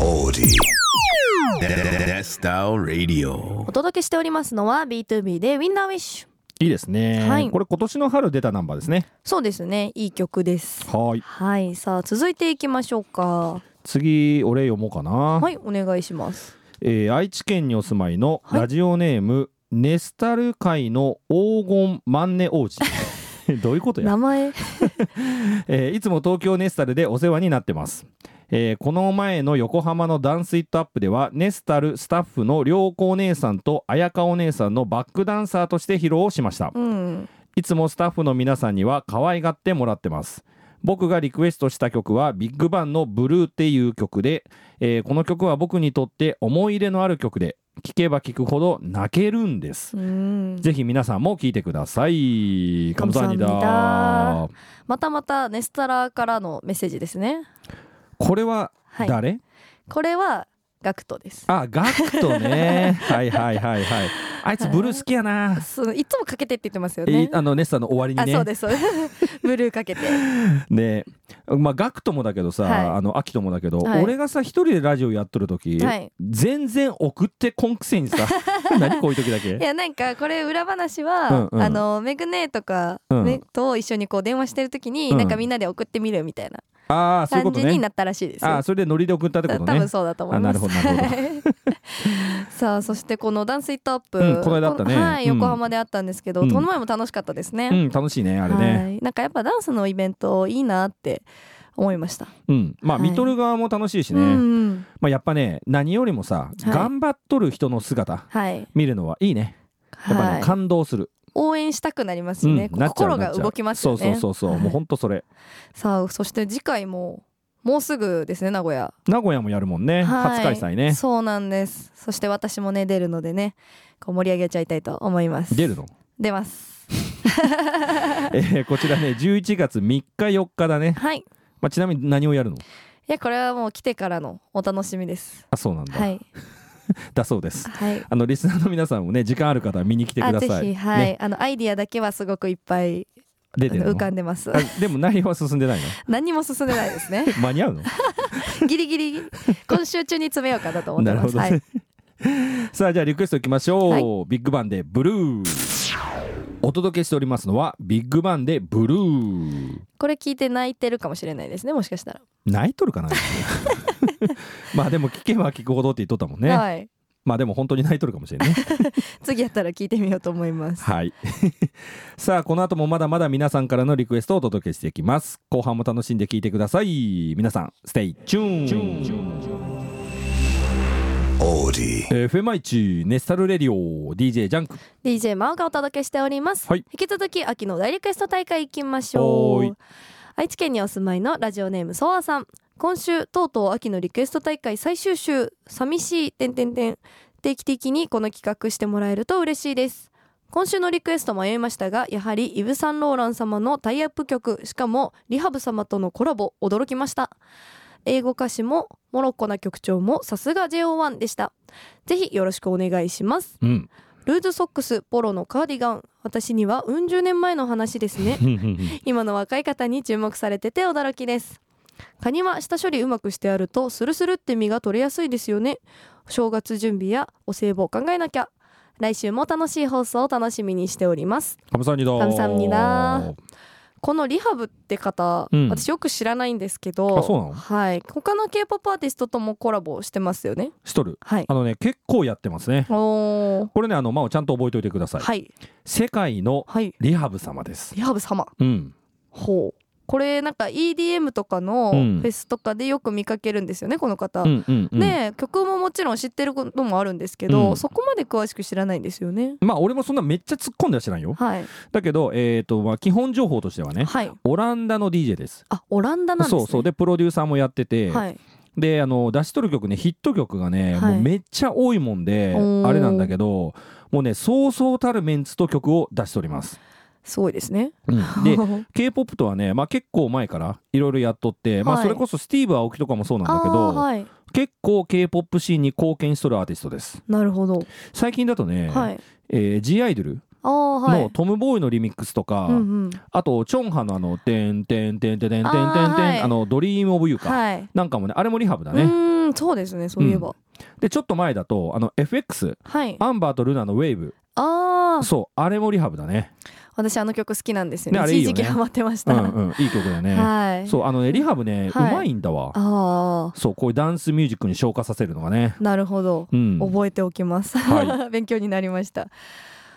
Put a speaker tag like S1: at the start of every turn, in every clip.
S1: Audi. Style Radio.
S2: お届けしておりますのは B2B でウィンナーウィッシュ
S3: いいですね、
S2: はい
S3: これ今年の春出たナンバーですね
S2: そうですねいい曲です
S3: はい
S2: はいさあ続いていきましょうか
S3: 次お礼読もうかな、
S2: はいお願いします
S3: えー愛知県にお住まいの
S2: はい
S3: ラジオネーム、ネスタル界の黄金マンネ王子 どういうことや
S2: 名前
S3: えーいつも東京ネスタルでお世話になってます、えーこの前の横浜のダンスイットアップではネスタルスタッフの良子お姉さんと綾香お姉さんのバックダンサーとして披露をしました
S2: うん
S3: いつもスタッフの皆さんには可愛がってもらってます僕がリクエストした曲はビッグバンの「ブルー」っていう曲で、えーこの曲は僕にとって思い入れのある曲で聴けば聴くほど泣けるんです
S2: うん
S3: ぜひ皆さんも聴いてくださいカムサハニ
S2: カムサハ
S3: ダ
S2: またまたネスタラからのメッセージですね
S3: これは
S2: はい
S3: 誰、
S2: これはガクトです
S3: あ、ガク トね。はいはいはいはい。あいつブルー好きやな。
S2: そういつもかけてって言ってますよ
S3: え
S2: ね
S3: あのネスさんの終わりに
S2: あそう
S3: ね
S2: ですそうです ブルーかけて
S3: ねまあガクトもだけどさ、
S2: はい
S3: あのアキトもだけど、
S2: はい
S3: 俺がさ一人でラジオやっとる時、
S2: はい
S3: 全然送ってこんくせ にさ何こういう時だけ
S2: いやなんかこれ裏話は、
S3: うんうん
S2: あのメグネとか、
S3: うん
S2: ねと一緒にこう電話してる時に、
S3: うん
S2: なんかみんなで送ってみるみたいな
S3: ああそういうこ
S2: 感
S3: と
S2: じに
S3: ね
S2: なったらしいですよ
S3: ああそれでノリで送ったって
S2: た
S3: こと
S2: 多分
S3: ね
S2: そうだと思います
S3: あなるほどな
S2: るほど さあそしてこのダンスイットアップ、
S3: うんこの間あったね
S2: このはい
S3: うん
S2: 横浜であったんですけど、
S3: うん
S2: この前も楽しかったですね、
S3: うん楽しいねあれ
S2: は
S3: ね
S2: いなんかやっぱダンスのイベントいいなって思いました、
S3: うんまあ
S2: はい
S3: 見とる側も楽しいし
S2: う
S3: ね、
S2: んうん
S3: まあやっぱね何よりもさ、
S2: い
S3: 頑張っとる人の姿
S2: はい
S3: 見るのはいいねやっぱね、
S2: はい
S3: 感動する
S2: 応援したくなりますよね、
S3: うんなっちゃう
S2: 心
S3: な
S2: が
S3: っちゃう
S2: 動きますよね
S3: そうそうそうそう、
S2: はい
S3: もうほんとそれ
S2: さあそして次回ももうすぐですね名古屋
S3: 名古屋もやるもんね、
S2: はい
S3: 初開催ね
S2: そうなんですそして私もね出るのでねこう盛り上げちゃいたいと思います
S3: 出るの、
S2: 出ます
S3: えーこちらね11月3日4日だね、
S2: はいい
S3: まあ、ちなみに何をやるの
S2: やこれはもう来てからのお楽しみです
S3: あそうなんだ、
S2: はい
S3: だそうです
S2: はい
S3: あのリスナーの皆さんもね時間ある方は見に来てく
S2: あ
S3: だ
S2: ぜ
S3: さい
S2: ひはい、
S3: ね、
S2: あのアイディアだけはすごくいっぱい
S3: 出てる
S2: 浮
S3: の
S2: かんでます
S3: あでも内容は進んでないの
S2: 何も進んでないですね
S3: 間に合うの
S2: ギリギリ今週中に詰めようかなと思って
S3: なる
S2: ま
S3: ほ
S2: す
S3: ど、ね
S2: はい、
S3: さあじゃあリクエストいきましょう、
S2: はい
S3: ビッグバンでブルーお届けしておりますのはビッグバンでブルー
S2: これ聞いて泣いてるかもしれないですねもしかしたら、
S3: 泣いと るかな まあでも聞けば聞くほどって言っとったもんね、
S2: はい
S3: まあでも本当に泣いとるかもしれないね
S2: 次やったら聞いてみようと思います
S3: はい。 さあ、この後もまだまだ皆さんからのリクエストをお届けしていきます。後半も楽しんで聞いてください。皆さん、ステイチューン。
S1: Audi.
S3: FM1 ネスタルレディオ DJ ジャンク
S2: DJ マオがお届けしております、
S3: はい
S2: 引き続き秋の大リクエスト大会行きまし
S3: お
S2: ょ
S3: ー
S2: う
S3: い
S2: 愛知県にお住まいのラジオネームソワさん今週とうとう秋のリクエスト大会最終週寂しい点点点定期的にこの企画してもらえると嬉しいです今週のリクエスト迷いましたがやはりイブ・サンローラン様のタイアップ曲しかもリハブ様とのコラボ驚きました英語歌詞もモロッコな曲調もさすが JO1 でしたぜひよろしくお願いします
S3: うん
S2: ルーズソックスポロのカーディガン私にはうん十年前の話です ね今の若い方に注目されてて驚きですカニは下処理うまくしてあるとスルスルって身が取れやすいですよね正月準備やお歳暮を考えなきゃ来週も楽しい放送を楽しみにしております
S3: カムサハニダー
S2: カムサハニダーこのリハブって方、
S3: うん
S2: 私よく知らないんですけど
S3: あそうなの
S2: はい他の K-POP アーティストともコラボしてますよね
S3: しとる
S2: はい
S3: あのね結構やってますね
S2: おー
S3: これねあのまあちゃんと覚えておいてください、
S2: はい
S3: 世界の
S2: はい
S3: リハブ様です
S2: リハブ様
S3: うん
S2: ほうこれなんか EDM とかの
S3: う
S2: フ
S3: ん
S2: ェスとかでよく見かけるんですよねこの方。
S3: うんうんうん
S2: で曲ももちろん知ってることもあるんですけど、
S3: うん
S2: そこまで詳しく知らないんですよね。
S3: まあ俺もそんなめっちゃ突っ込んではしてないよ
S2: はい、
S3: だけどえっとまあ基本情報としてはね
S2: はい、
S3: オランダの DJ です
S2: あオランダなんですね。
S3: そうそうでプロデューサーもやってて、
S2: はい、
S3: であの出しとる曲ねヒット曲がね、
S2: はい
S3: もうめっちゃ多いもんで
S2: おー
S3: あれなんだけどもうねそうそうたるメンツと曲を出しております、
S2: すごいですね。
S3: で
S2: は
S3: k p o p とはね、まあ、結構前からいろいろやっとって、まあ、
S2: はい
S3: それこそスティーブ・アオキとかもそうなんだけ
S2: あー
S3: ど、
S2: はい、
S3: 結構 k p o p シーンに貢献しとるアーティストです
S2: なるほど。
S3: 最近だとね、
S2: はい、
S3: えー G アイドル
S2: ああはい。
S3: のトム・ボーイのリミックスとか、
S2: うんうん、
S3: あとチョンハのあの「てんてんてんてんてんてんてんてん」
S2: あーはい
S3: あの「ドリーム・オブ・ユー」か、
S2: はい。
S3: なんかもねあれもリハブだ
S2: う
S3: ね、
S2: ーうんそうですねそういえば、
S3: でちょっと前だとあの FX
S2: はい
S3: アンバーとルナのウェーブ
S2: ああ
S3: そうあれもリハブだね
S2: 私あの曲好きなんですよね
S3: ねあれいい
S2: 一
S3: よね
S2: 時期ハマってまし
S3: う
S2: た、
S3: んうんいい曲だね
S2: はい
S3: そうあのねリハブね、
S2: はいう
S3: まいんだわ
S2: あ
S3: そうこういうダンスミュージックに昇華させるのがね
S2: あなるほど
S3: うん
S2: 覚えておきます、
S3: は
S2: 勉強になりました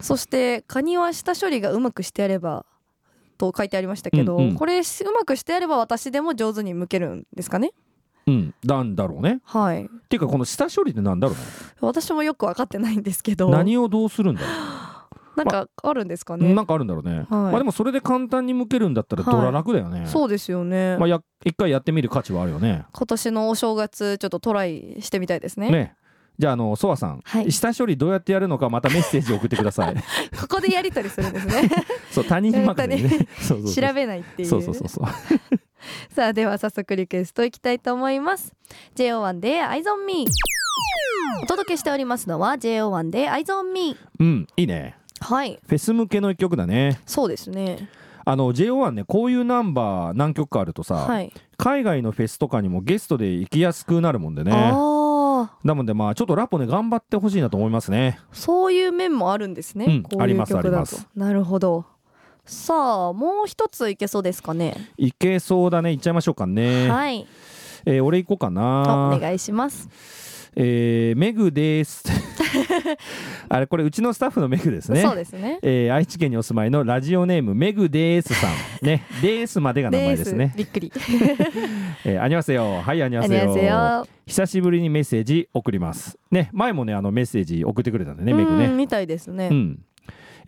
S2: そしてカニは下処理がうまくしてやればと書いてありましたけど、
S3: うんうん
S2: これしうまくしてやれば私でも上手に向けるんですかね
S3: うんなんだろうね
S2: はい
S3: っていうかこの下処理ってなんだろうね
S2: 私もよく分かってないんですけど
S3: 何をどうするんだろ
S2: なんかあるんですか
S3: う、
S2: ね、
S3: なんかあるんだろうね、
S2: はい
S3: まあでもそれで簡単に向けるんだったらドラ楽だよね、
S2: そうですよね、
S3: まあや一回やってみる価値はあるよね
S2: 今年のお正月ちょっとトライしてみたいですね
S3: ねじゃああのソワさん、
S2: はい
S3: 下処理どうやってやるのかまたメッセージ送ってく ださい
S2: ここでやり取りするんですね
S3: そう他人任せにねそうそうそう
S2: 調べないっていう
S3: そうそうそうそう
S2: さあでは早速リクエストいきたいと思います JO1 で Eyes on Me お届けしておりますのは JO1 で Eyes on Me
S3: うんいいね
S2: はい
S3: フェス向けの一曲だね
S2: そうですね
S3: あの JO1 ねこういうナンバー何曲かあるとさ、
S2: はい、
S3: 海外のフェスとかにもゲストで行きやすくなるもんでね
S2: あー
S3: なのでまあちょっとラポね頑張ってほしいなと思いますね
S2: そういう面もあるんですね、
S3: うん
S2: こう
S3: あ
S2: い
S3: り
S2: う
S3: ます
S2: 曲
S3: あり
S2: だ
S3: ま
S2: と
S3: す
S2: なるほどさあもう一ついけそうですかね、
S3: いけそうだね行っちゃいましょうかね、
S2: はい
S3: えー俺行こうか
S2: あお
S3: な
S2: 願いします
S3: えーメグです あれこれうちのスタッフのメグですね
S2: そうですね
S3: えー愛知県にお住まいのラジオネームメグですさんねですまでが名前ですね
S2: びっく り
S3: えー、あにわせよはいあにわせ
S2: あにわ
S3: よ久しぶりにメッセージ送りますね前もねあのメッセージ送ってくれたんでねメグ
S2: うん
S3: ね
S2: みたいですね、
S3: うん、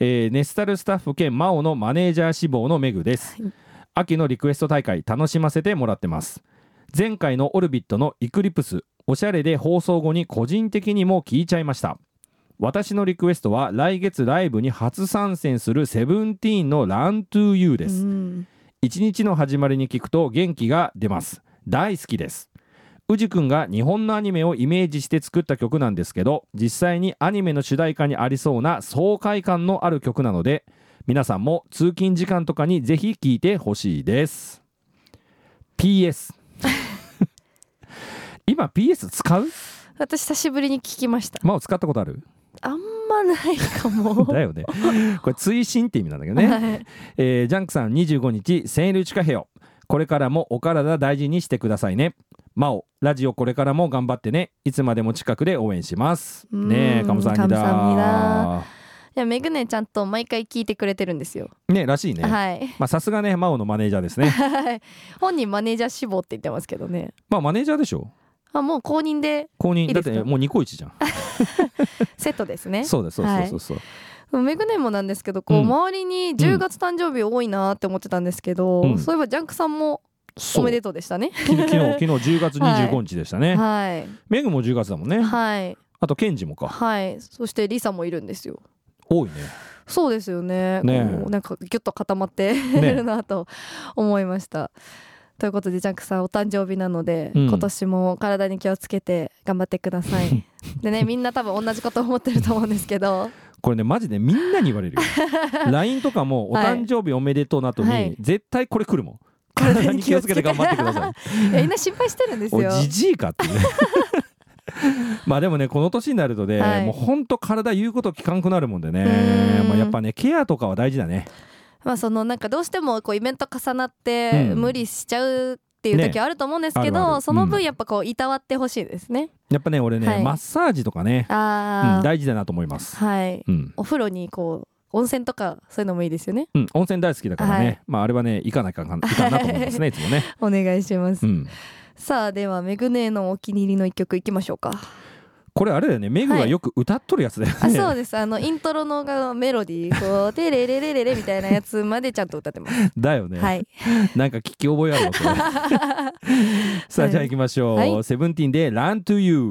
S3: えーネスタルスタッフ兼マオのマネージャー志望のメグです、秋のリクエスト大会楽しませてもらってます前回のオルビットのイクリプスおしゃれで放送後に個人的にも聞いちゃいました私のリクエストは来月ライブに初参戦するセブンティーンのラントゥーユーです、
S2: うん
S3: 一日の始まりに聞くと元気が出ます大好きです宇治くんが日本のアニメをイメージして作った曲なんですけど実際にアニメの主題歌にありそうな爽快感のある曲なので皆さんも通勤時間とかにぜひ聴いてほしいです PS 今 PS 使う
S2: 私久しぶりに聞きました
S3: まあ使ったことある
S2: あんまないかも
S3: だよねこれ追伸って意味なんだけどね、
S2: はい
S3: えージャンクさん25日センイルチカヘヨこれからもお体大事にしてくださいねマオラジオこれからも頑張ってねいつまでも近くで応援します
S2: うん
S3: ねえカムサハニ
S2: カムサハ
S3: ダ
S2: いやめぐねちゃんと毎回聞いてくれてるんですよ。
S3: ねらしいね、
S2: はい。
S3: まあさすがねマオのマネージャーですね
S2: 本人マネージャー志望って言ってますけどね。
S3: まあマネージャーでしょ
S2: あもう公認で
S3: 公認
S2: いい
S3: だ
S2: で
S3: っ
S2: すか
S3: てもうニコイチじゃん
S2: セットですね。
S3: そうですそうですそうそうそう、
S2: めぐねもなんですけど、こう、
S3: うん
S2: 周りに10月誕生日多いなって思ってたんですけど、
S3: うん
S2: そういえばジャンクさんも
S3: そ
S2: お
S3: う
S2: めでとうでしたね。
S3: 昨日昨日昨日10月25日でしたね、
S2: はい
S3: メグも10月だもんね、
S2: はい
S3: あとケンジもか
S2: はい。そしてリサもいるんですよ。
S3: 多いね
S2: そうですよね。
S3: ねえ
S2: こうなんかギュッと固まって
S3: ね
S2: るなと思いました。ということでジャンクさんお誕生日なので、
S3: うん
S2: 今年も体に気をつけて頑張ってくださ い。でねみんな多分同じこと思ってると思うんですけど、
S3: これねマジでみんなに言われ るよ LINE とかも「お
S2: はい
S3: 誕生日おめでとう」の後に、
S2: はい
S3: 絶対これ来るもん体
S2: 体
S3: に
S2: に
S3: 気
S2: 気
S3: を
S2: を
S3: つ
S2: つ
S3: け
S2: け
S3: て
S2: て
S3: 頑張ってください
S2: いやみんな心配してるんです
S3: お
S2: よ。
S3: じじいかっていう ねまあでもねこの年になるとね、
S2: はい
S3: もうほんと体言うこと聞かんくなるもんでね
S2: ーん
S3: まあ、やっぱねケアとかは大事だね
S2: まあそのなんかどうしてもこうイベント重なって
S3: うん
S2: 無理しちゃう。っていう時はあると思うんですけ
S3: ねあ
S2: ど、
S3: るある
S2: その
S3: うん
S2: 分やっぱこういたわってほしいですね。
S3: やっぱね俺ね、
S2: はい
S3: マッサージとかね、
S2: ああ、
S3: うん、大事だなと思います、
S2: はい。
S3: うん
S2: お風呂にこう温泉とかそういうのもいいですよね。
S3: うん、温泉大好きだからね、
S2: はい
S3: まああれはね行かなきゃいかんいかんなと思いますねいつもね、
S2: お願いします
S3: う。ん、
S2: さあではめぐねえのお気に入りの一曲いきましょうか。
S3: これあれだよねメグがよく歌っとるやつだよね、
S2: あそうですあのイントロのがメロディーこう「テレレレレレ」みたいなやつまでちゃんと歌ってます。
S3: だよね、
S2: はい
S3: なんか聞き覚えあるわこれ さあじゃあ行きましょう、
S2: はい
S3: セブンティーンで Run to You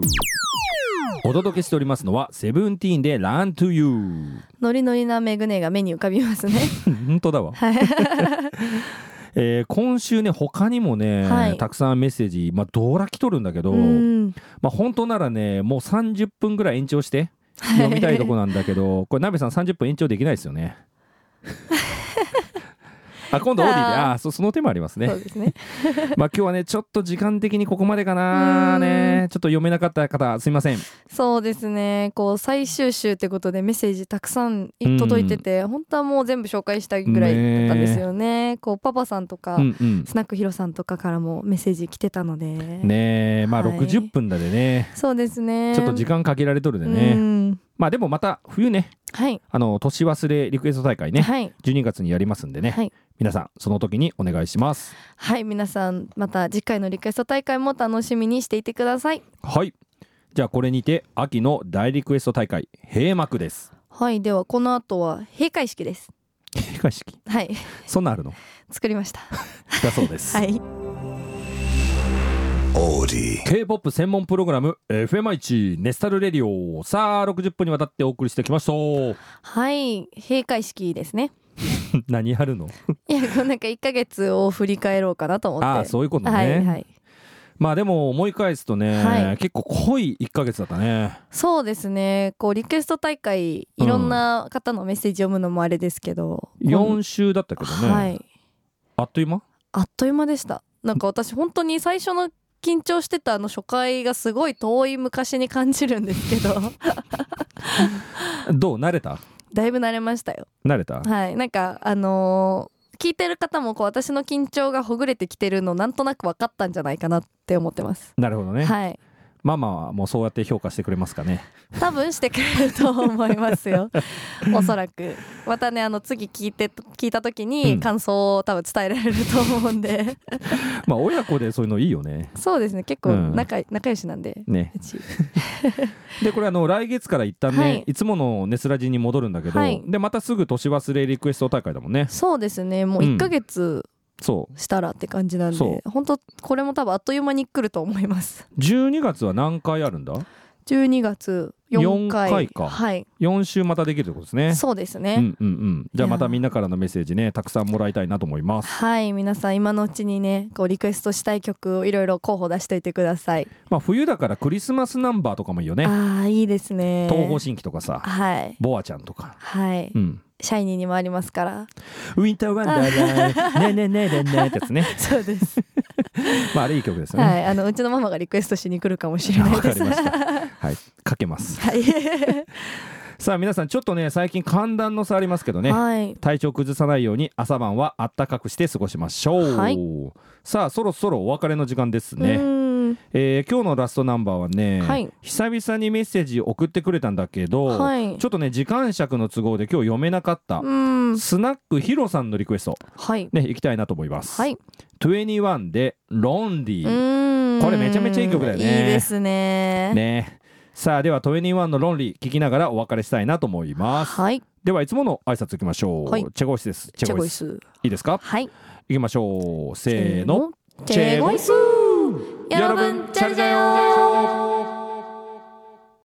S3: お届けしておりますのはセブンティーンで Run to You
S2: ノリノリなめぐねえが目に浮かびますね。
S3: 本当だわ、えー今週ね他にもね、
S2: はい
S3: たくさんメッセージまあドーラ来とるんだけど、
S2: うん
S3: まあ本当ならねもう30分ぐらい延長して読みたいとこなんだけどこれ鍋さん30分延長できないですよねあ今度オーディで
S2: あー
S3: あーそその手もあります
S2: そ
S3: ね
S2: うですね。
S3: まあ今日はねちょっと時間的にここまでかな
S2: う
S3: ねちょっと読めなかった方すいません
S2: そうですね。こう最終週ということでメッセージたくさんい届いてて、本当はもう全部紹介したいぐらいだったんですよね。こうパパさんとか、
S3: うんうん
S2: スナックヒロさんとかからもメッセージ来てたので。
S3: ねえまあ
S2: はい
S3: 60分だでね、
S2: そうですね。
S3: ちょっと時間限られとるで
S2: う
S3: ね
S2: ん
S3: まあでもまた冬ね
S2: はい、
S3: あの年忘れリクエスト大会ね
S2: はい、
S3: 12月にやりますんでね、
S2: はい、
S3: 皆さんその時にお願いします
S2: はい、皆さんまた次回のリクエスト大会も楽しみにしていてください。
S3: はいじゃあこれにて秋の大リクエスト大会閉幕です
S2: はい、ではこの後は閉会式です。
S3: 閉会式
S2: はい、
S3: そんなんあるの
S2: 作りました。
S3: だそうです、
S2: はい。
S1: Audi.
S3: K-POP 専門プログラム FMI1 ネスタルレディオさあ60分にわたってお送りしてきました
S2: はい閉会式ですね
S3: 何やるの
S2: いやこうなんか1ヶ月を振り返ろうかなと思って
S3: ああそういうことね、
S2: はいはい
S3: まあでも思い返すとね、
S2: はい
S3: 結構濃い1ヶ月だったね
S2: そうですねこうリクエスト大会いろんな方のメッセージ読むのもあれですけど、こん
S3: 4週だったけどね、
S2: はい
S3: あっという間
S2: あっという間でしたなんか私本当に最初の緊張してたあの初回がすごい遠い昔に感じるんですけど
S3: どう慣れた
S2: だいぶ慣れましたよ
S3: 慣れた
S2: はいなんかあのー聞いてる方もこう私の緊張がほぐれてきてるのなんとなく分かったんじゃないかなって思ってます。
S3: なるほどね、
S2: はい、
S3: ママはもうそうやって評価してくれますかね
S2: 多分してくれると思います よおそらくまたねあの次聞いて聞いた時
S3: う
S2: に
S3: ん
S2: 感想を多分伝えられると思うんで
S3: まあ親子でそういうのいいよね
S2: そうですね結構
S3: うん
S2: 仲,、仲良しなんで
S3: ね
S2: うち
S3: でこれあの来月から一旦ね、
S2: はいい、
S3: つものネスラジに戻るんだけど、
S2: はい
S3: でまたすぐ年忘れリクエスト大会だもんね
S2: そうですねもう
S3: うん
S2: 1ヶ月
S3: そう
S2: したらって感じなんで、
S3: そ
S2: 本当これも多分あっという間に来ると思います
S3: 12月は何回あるんだ
S2: 12月4回
S3: 四回か
S2: はい
S3: 4週またできるってことですね
S2: そうです
S3: う
S2: ね、
S3: んうんうんじゃあまたみんなからのメッセージねたくさんもらいたいなと思います
S2: はい皆さん今のうちにねこうリクエストしたい曲をいろいろ候補出しておいてください、
S3: まあ冬だからクリスマスナンバーとかもいいよね
S2: ああいいですね
S3: 東方神起とかさ
S2: はい
S3: ボアちゃんとか
S2: はい、
S3: うん
S2: シャイニーにもありますから。
S3: ウィンターワンダーラインねえねえねえねえねえってやつね
S2: そうです。
S3: まああれいい曲です よ
S2: は
S3: ね
S2: い、あのうちのママがリクエストしに来るかもしれな
S3: わ
S2: い
S3: か
S2: で
S3: り
S2: す。
S3: ましたはいかけます
S2: は
S3: さあ皆さんちょっとね最近寒暖の差ありますけど
S2: い。
S3: ね
S2: はい。
S3: 体調崩さないように朝晩はあったかくして過ごしましょう、
S2: はい
S3: さあそろそろお別れの時間です
S2: う
S3: ね、
S2: ーん。
S3: えー今日のラストナンバーはね、
S2: はい
S3: 久々にメッセージ送ってくれたんだけど、
S2: はい
S3: ちょっとね時間尺の都合で今日読めなかった、
S2: うん。
S3: スナックヒロさんのリクエスト
S2: はい。
S3: ね行きたいなと思います、
S2: はい。
S3: 21で「ロンリ
S2: う
S3: ー
S2: ーん。
S3: これめちゃめちゃいい曲だよね
S2: いいです」ね。
S3: ねさあでは21の「ロンリー」聞きながらお別れしたいなと思います
S2: はい。
S3: ではいつもの挨拶いきましょう、
S2: はい
S3: チェゴイスですチ
S2: チェ
S3: ェゴ
S2: ゴ
S3: イ
S2: イ
S3: ス
S2: ス。
S3: いいですか
S2: はい。
S3: 行きましょうせーの。
S2: チェゴイス。
S3: 여
S2: 여
S3: 러분
S2: 러분,
S3: 잘
S2: 잘
S3: 자요.
S2: 자요.